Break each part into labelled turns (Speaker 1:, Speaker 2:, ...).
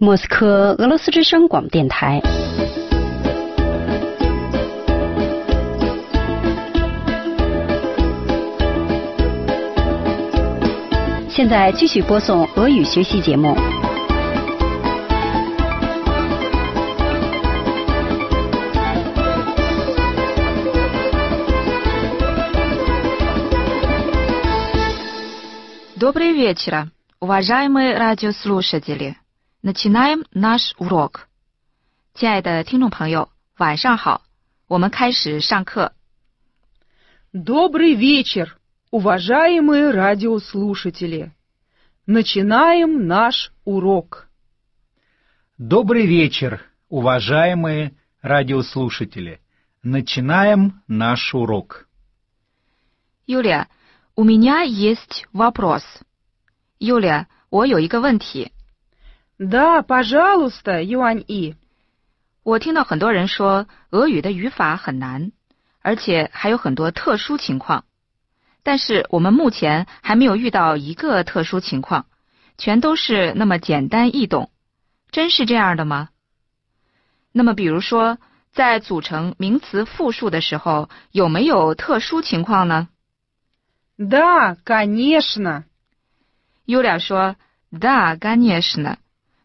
Speaker 1: 莫斯科，俄罗斯之声广播电台。现在继续播送俄语学习节目。
Speaker 2: Добрый вечер, уважаемые радиослушатели. Начинаем наш урок. 亲爱的听众朋友，晚上好，我们开始上课。
Speaker 3: Добрый вечер, уважаемые радиослушатели. Начинаем наш урок.
Speaker 4: Добрый вечер, уважаемые радиослушатели. Начинаем наш урок.
Speaker 2: Юлия, у меня есть вопрос. Юлия, 我有一个问题。
Speaker 3: Да, пожалуйста, Юань И.
Speaker 2: 我听到很多人说俄语的语法很难，而且还有很多特殊情况。但是我们目前还没有遇到一个特殊情况，全都是那么简单易懂。真是这样的吗？那么，比如说，在组成名词复数的时候，有没有特殊情况呢？
Speaker 3: Да, конечно.
Speaker 2: Yulia 说：“Да, конечно。”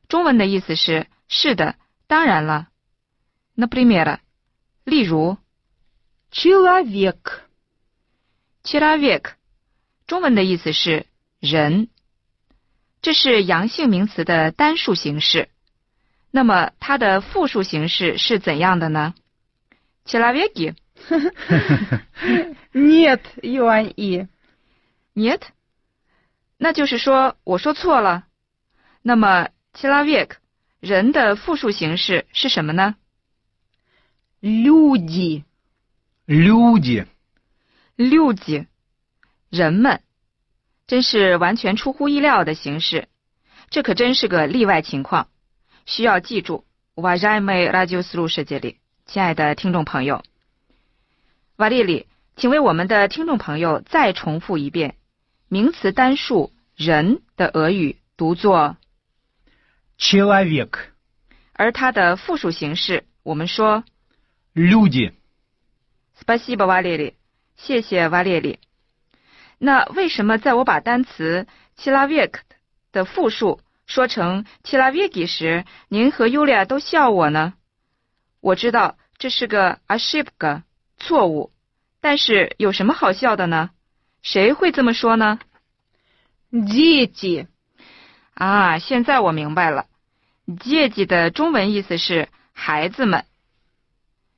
Speaker 2: 中文的意思是“是的，当然了”。Например，例如
Speaker 3: Человек.
Speaker 2: c h e l o v e k 中文的意思是“人”。这是阳性名词的单数形式。那么它的复数形式是怎样的呢 c h e l o v e k
Speaker 3: Нет, Юань И.
Speaker 2: нет，那就是说我说错了。那么 c h e l o v e k 人的复数形式是什么呢？
Speaker 3: Люди.
Speaker 4: Люди,
Speaker 2: 六级，人们，真是完全出乎意料的形式，这可真是个例外情况，需要记住。瓦扎梅拉就斯路世界里，亲爱的听众朋友，瓦丽丽，请为我们的听众朋友再重复一遍名词单数“人”的俄语读作，
Speaker 4: человек,
Speaker 2: 而它的复数形式我们说
Speaker 4: люди.
Speaker 2: Спасибо, Валерий。谢谢 Валерий。那为什么在我把单词 человек 的复数说成 человеки 时，您和 Yulia 都笑我呢？我知道这是个 ошибка 错误，但是有什么好笑的呢？谁会这么说呢？
Speaker 3: Дети.
Speaker 2: 啊，现在我明白了，阶级的中文意思是孩子们。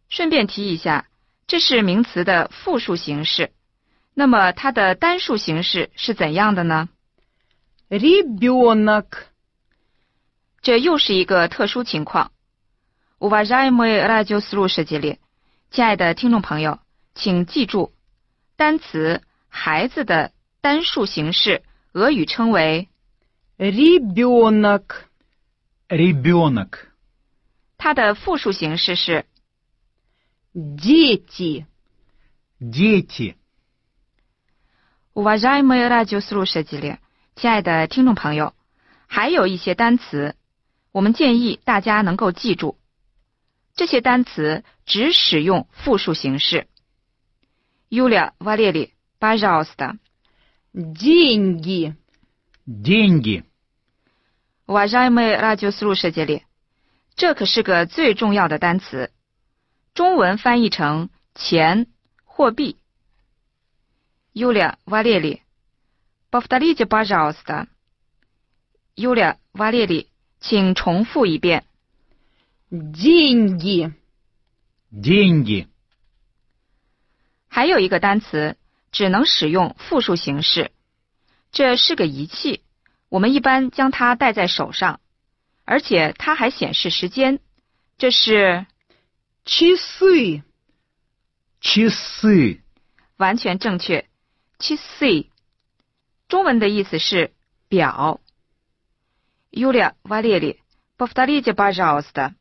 Speaker 2: 顺便提一下，这是名词的复数形式，那么它的单数形式是怎样的呢？
Speaker 3: Ребенок.
Speaker 2: 这又是一个特殊情况。Уважаемые радиослушатели，亲爱的听众朋友，请记住，单词“孩子”的单数形式，俄语称为
Speaker 3: Ребенок.
Speaker 4: Ребенок,
Speaker 2: 它的复数形式是
Speaker 3: Дети.
Speaker 4: дети,
Speaker 2: Уважаемые радиослушатели，亲爱的听众朋友，还有一些单词，我们建议大家能够记住。这些单词只使用复数形式。Юля, Валерий, пожалуйста.
Speaker 3: Деньги.
Speaker 4: деньги,
Speaker 2: Уважаемые радиослушатели，这可是个最重要的单词，中文翻译成钱、货币。Юля, Валерий, повторите, пожалуйста. Юля, Валерий，请重复一遍。
Speaker 3: Деньги.
Speaker 4: деньги,
Speaker 2: 还有一个单词只能使用复数形式，这是个仪器，我们一般将它戴在手上，而且它还显示时间。这是
Speaker 3: Часы.
Speaker 4: часы,
Speaker 2: 完全正确。七 C，中文的意思是表。Yulia Valery, p o v t o r i t e пожалуйста.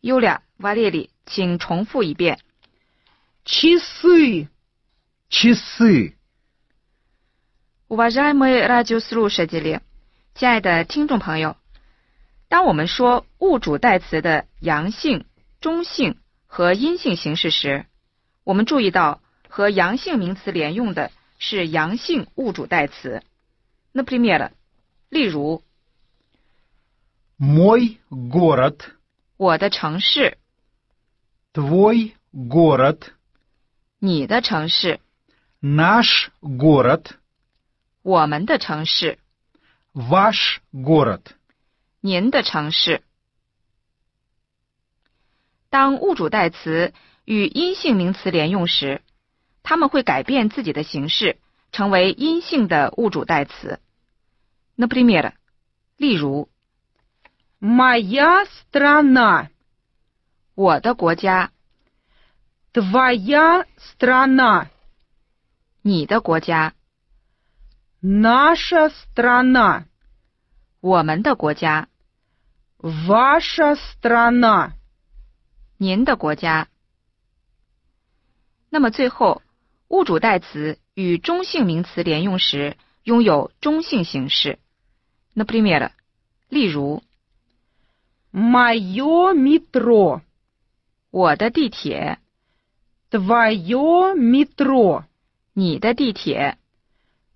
Speaker 2: Yulia Valery，请重复一遍。
Speaker 3: Часы.
Speaker 4: часы,
Speaker 2: Уважаемые радиослушатели，亲爱的听众朋友，当我们说物主代词的阳性、中性和阴性形式时，我们注意到和阳性名词连用的是阳性物主代词。那 p r i m e r 例如
Speaker 4: Мой город,
Speaker 2: 我的城市、
Speaker 4: твой город,
Speaker 2: 你的城市、
Speaker 4: наш город,
Speaker 2: 我们的城市、
Speaker 4: ваш город.
Speaker 2: 您的城市。当物主代词与阴性名词连用时，它们会改变自己的形式，成为阴性的物主代词。Например，例如
Speaker 3: Моя страна.
Speaker 2: 我的国家、
Speaker 3: Твоя страна.
Speaker 2: 你的国家、
Speaker 3: Наша страна.
Speaker 2: 我们的国家、
Speaker 3: Ваша страна.
Speaker 2: 您的国家。那么最后，物主代词与中性名词连用时，拥有中性形式。Например，例如
Speaker 3: Мое метро.
Speaker 2: 我的地铁、
Speaker 3: Твое метро.
Speaker 2: 你的地铁、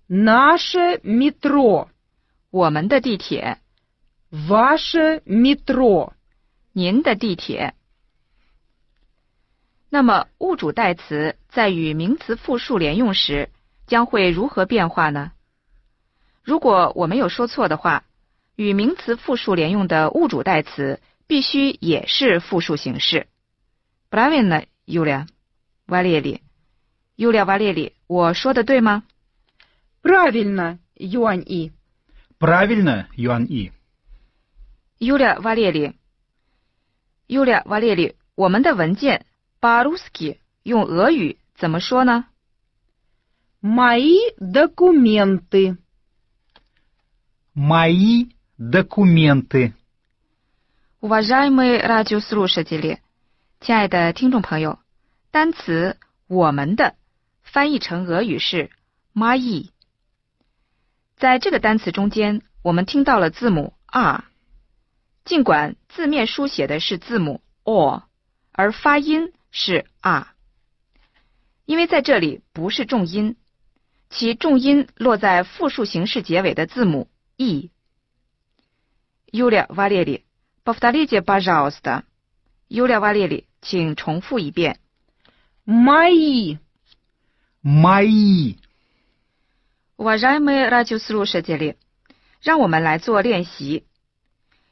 Speaker 3: Наше метро.
Speaker 2: 我们的地铁、
Speaker 3: Ваше метро.
Speaker 2: 您的地铁。那么，物主代词在与名词复数连用时，将会如何变化呢？如果我没有说错的话，与名词复数连用的物主代词必须也是复数形式。Правильно, Юля, Валерий, Юля, Валерий，我说的对吗？
Speaker 3: Правильно, Юань И.
Speaker 4: Правильно, Юан И?
Speaker 2: Юля Валерий。Юля Валерий，我们的文件 Baruski 用俄语怎么说呢？
Speaker 3: Мои документы.
Speaker 4: Мои документы.
Speaker 2: Уважаемые радиослушатели，亲爱的听众朋友，单词“我们的”翻译成俄语是 “мои”。在这个单词中间，我们听到了字母 “r”，尽管字面书写的是字母 “o”，而发音是 “r”，因为在这里不是重音，其重音落在复数形式结尾的字母 “e”。Юля Валерий。Повторите, пожалуйста. Юлия Валерий，请重复一遍。
Speaker 3: Мои.
Speaker 4: Мои.
Speaker 2: Уважаемые радиослушатели，让我们来做练习。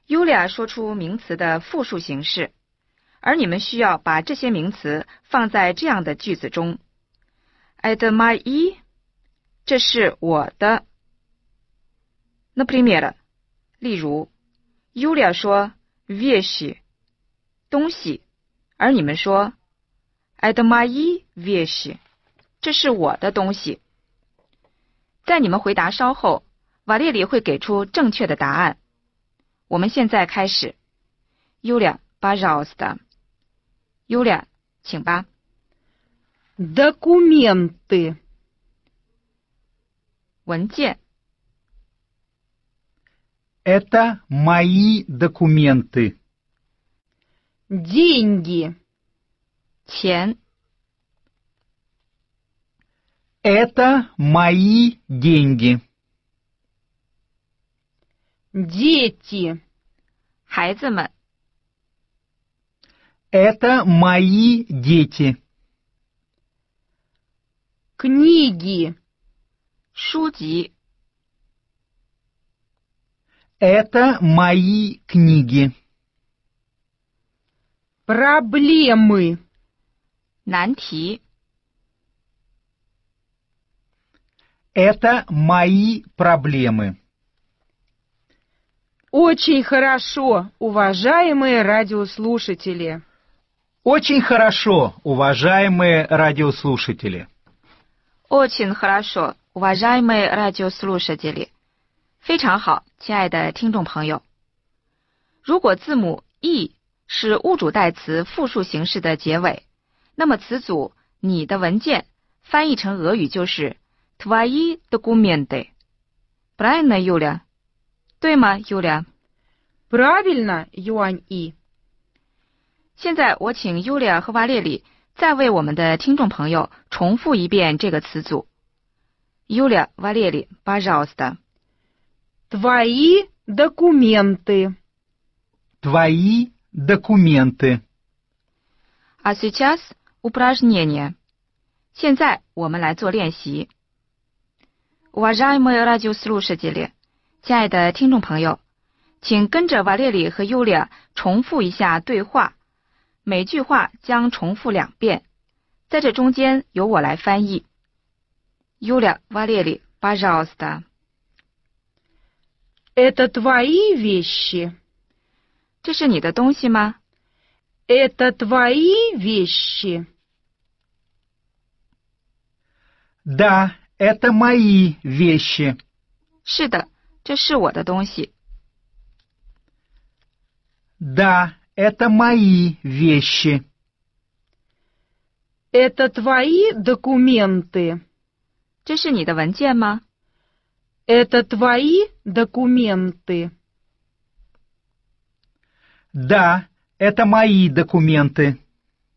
Speaker 2: Юлия 说出名词的复数形式，而你们需要把这些名词放在这样的句子中：Это мои，这是我的。Например，例如，Юлия 说 вещи，东西，而你们说 Это мои вещи，这是我的东西。在你们回答稍后，瓦列里会给出正确的答案。我们现在开始。Yulia, пожалуйста. Yulia，请吧。
Speaker 3: Документы.
Speaker 2: 文件，
Speaker 4: Это мои документы.
Speaker 3: Деньги.
Speaker 2: 钱，
Speaker 4: Это мои деньги.
Speaker 3: Дети.
Speaker 2: 孩子们，
Speaker 4: Это мои дети.
Speaker 3: Книги.
Speaker 2: 书籍，
Speaker 4: Это мои книги.
Speaker 3: Проблемы.
Speaker 2: 难题，
Speaker 4: Это мои проблемы.
Speaker 3: Очень хорошо, уважаемые радиослушатели.
Speaker 4: Очень хорошо, уважаемые радиослушатели.
Speaker 2: Очень хорошо, уважаемые радиослушатели。非常好，亲爱的听众朋友。如果字母 e 是物主代词复数形式的结尾，那么词组“你的文件”翻译成俄语就是 “твои документы”。Правильно, Юля？对吗，Юля？
Speaker 3: Правильно, Юань И.
Speaker 2: 现在我请尤利亚和瓦列里再为我们的听众朋友重复一遍这个词组。尤利亚、瓦列里、巴扎奥斯的。
Speaker 3: Твои документы.
Speaker 4: Твои документы.
Speaker 2: А сейчас упражнение. 现在我们来做练习。Уважаемые радиослушатели，亲爱的听众朋友，请跟着瓦列里和尤利重复一下对话，每句话将重复两遍，在这中间由我来翻译。Юля, 啊 Валерий, пожалуйста，
Speaker 3: Это твои вещи.
Speaker 2: 这是你的东西吗？
Speaker 3: Это твои вещи.
Speaker 4: Да, это мои вещи.
Speaker 2: 是的，这是我的东西。
Speaker 4: Да, это мои вещи.
Speaker 3: Это твои документы.
Speaker 2: 这是你的文件吗？
Speaker 3: Это твои документы.
Speaker 4: Да, это мои документы.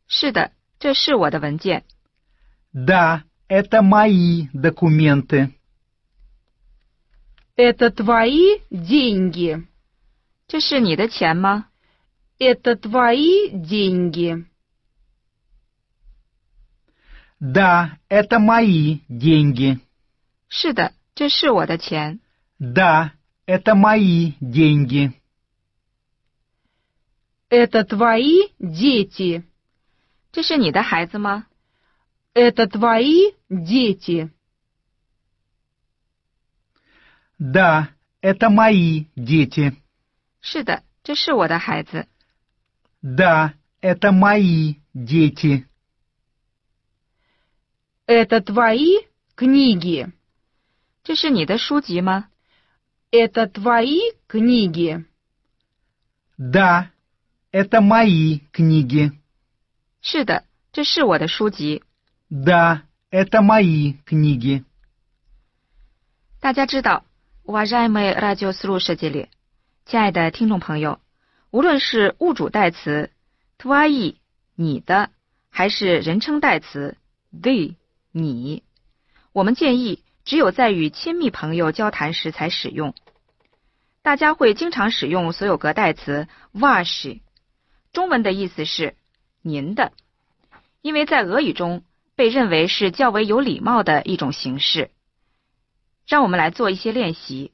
Speaker 2: 是的，这是我的文件。
Speaker 4: Да, это мои документы.
Speaker 3: Это твои деньги.
Speaker 2: 这是你的钱吗？
Speaker 3: Это твои деньги.
Speaker 4: Да, это мои деньги.
Speaker 2: 是的，这是我的钱。
Speaker 4: Да, это мои деньги.
Speaker 3: Это твои дети.
Speaker 2: 这是你的孩子吗？
Speaker 3: Это твои дети.
Speaker 4: Да, это мои дети.
Speaker 2: 是的，这是我的孩子。
Speaker 4: Да, это мои дети.
Speaker 3: Это твои книги.
Speaker 2: 这是你的书籍吗？
Speaker 3: Это твои книги.
Speaker 4: Да, это мои книги.
Speaker 2: 是的，这是我的书籍。
Speaker 4: Да, это мои книги.
Speaker 2: 大家知道 w a ž a j m y r a d i o s l u s h a t e l 亲爱的听众朋友，无论是物主代词 твои 你的，还是人称代词 the 你，我们建议只有在与亲密朋友交谈时才使用。大家会经常使用所有格代词 vash，中文的意思是您的，因为在俄语中被认为是较为有礼貌的一种形式。让我们来做一些练习。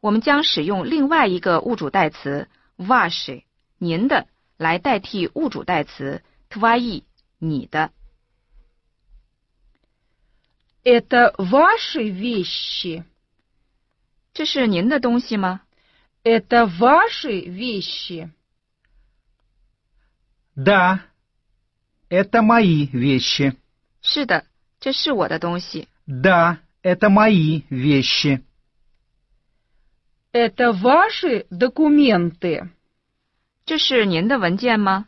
Speaker 2: 我们将使用另外一个物主代词 vash 您的来代替物主代词 твои 你的。
Speaker 3: Это ваши вещи.
Speaker 2: 这是您的东西吗？
Speaker 3: Это ваши вещи.
Speaker 4: Да, это мои вещи.
Speaker 2: 是的，这是我的东西。
Speaker 4: Да, это мои вещи.
Speaker 3: Это ваши документы.
Speaker 2: 这是您的文件吗？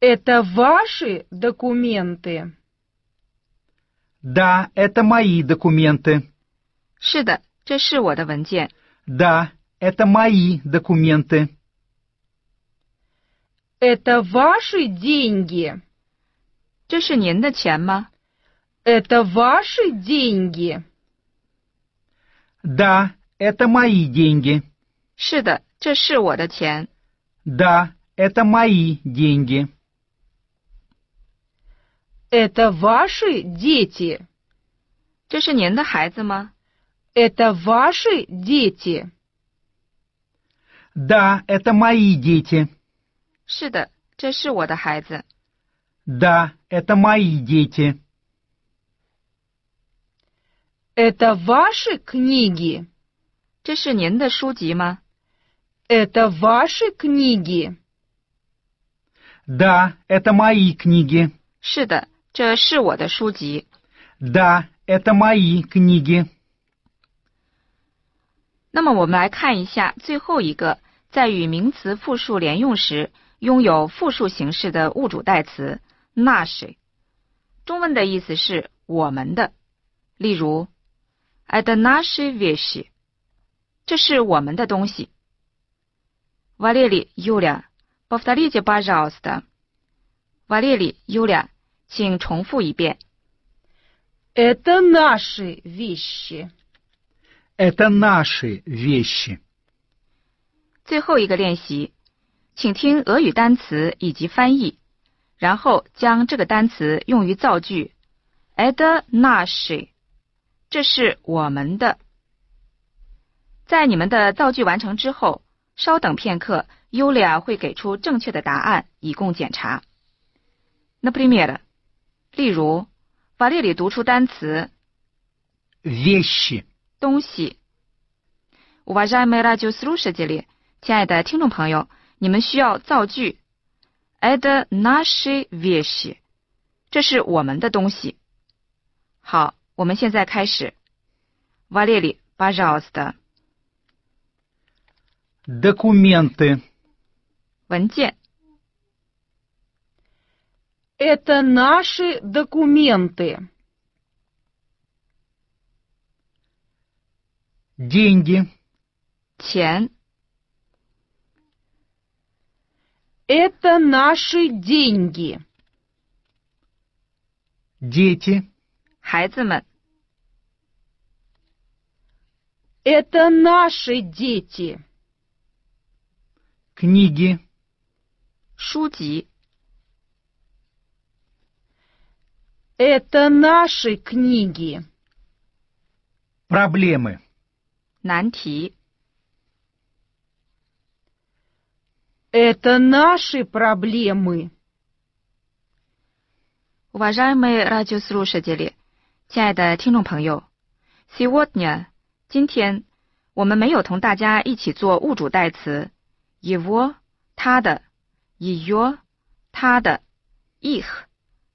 Speaker 3: Это ваши документы.
Speaker 4: Да, это мои документы.
Speaker 2: 是的，这是我的文件。
Speaker 4: Да, это мои документы.
Speaker 3: Это ваши деньги.
Speaker 2: 这是您的钱吗？
Speaker 3: Это ваши деньги.
Speaker 4: Да, это мои деньги.
Speaker 2: 是的，这是我的钱。
Speaker 4: Да, это мои деньги.
Speaker 3: Это ваши дети.
Speaker 2: 这是您的孩子吗？
Speaker 3: Это ваши дети.
Speaker 4: Да, это мои дети.
Speaker 2: 是的，这是我的孩子。
Speaker 4: Да, это мои дети.
Speaker 3: Это ваши книги.
Speaker 2: 这是您的书籍吗？
Speaker 3: Это ваши книги.
Speaker 4: Да, это мои книги.
Speaker 2: 是的，这是我的书籍。
Speaker 4: Да, это мои книги.
Speaker 2: 那么我们来看一下最后一个，在与名词复数连用时拥有复数形式的物主代词“那谁”，中文的意思是“我们的”。例如，“это наши вещи”，这是我们的东西。 Валерий, Юля, повторите, пожалуйста. Валерий, Юля, 请重复一遍。
Speaker 3: Это наши вещи.
Speaker 4: Это наши вещи.
Speaker 2: 最后一个练习，请听俄语单词以及翻译，然后将这个单词用于造句。Это наши，这是我们的。在你们的造句完成之后，稍等片刻，Yulia 会给出正确的答案，以供检查。Например，例如，瓦列里读出单词
Speaker 4: Вещи.
Speaker 2: 东西。Уважаемые радиослушатели，亲爱的听众朋友，你们需要造句。Это наши вещи，这是我们的东西。好，我们现在开始。Валерий, пожалуйста，
Speaker 4: Документы.
Speaker 2: 文件。
Speaker 3: Это наши документы.
Speaker 4: Деньги.
Speaker 2: 钱，
Speaker 3: Это наши деньги.
Speaker 4: Дети.
Speaker 2: 孩子们，
Speaker 3: Это наши дети.
Speaker 4: Книги.
Speaker 2: 书籍，
Speaker 3: Это наши книги.
Speaker 4: Проблемы.
Speaker 2: 难题，
Speaker 3: Это наши проблемы.
Speaker 2: Уважаемые радиослушатели，亲爱的听众朋友，сегодня 今天我们没有同大家一起做物主代词 его 他的 ее 他的 их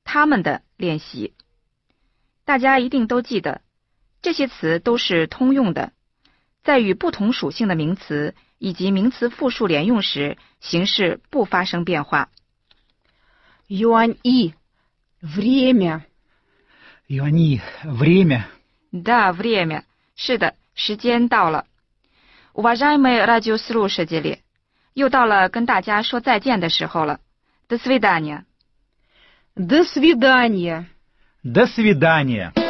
Speaker 2: 他们的练习。大家一定都记得，这些词都是通用的，在与不同属性的名词以及名词复数连用时，形式不发生变化。
Speaker 3: Юань И. Время.
Speaker 4: Юани. Время.
Speaker 2: Да, время. 是的，时间到了。Уважаемые радиослушатели，又到了跟大家说再见的时候了。До свидания。
Speaker 3: До свидания.
Speaker 4: До свидания.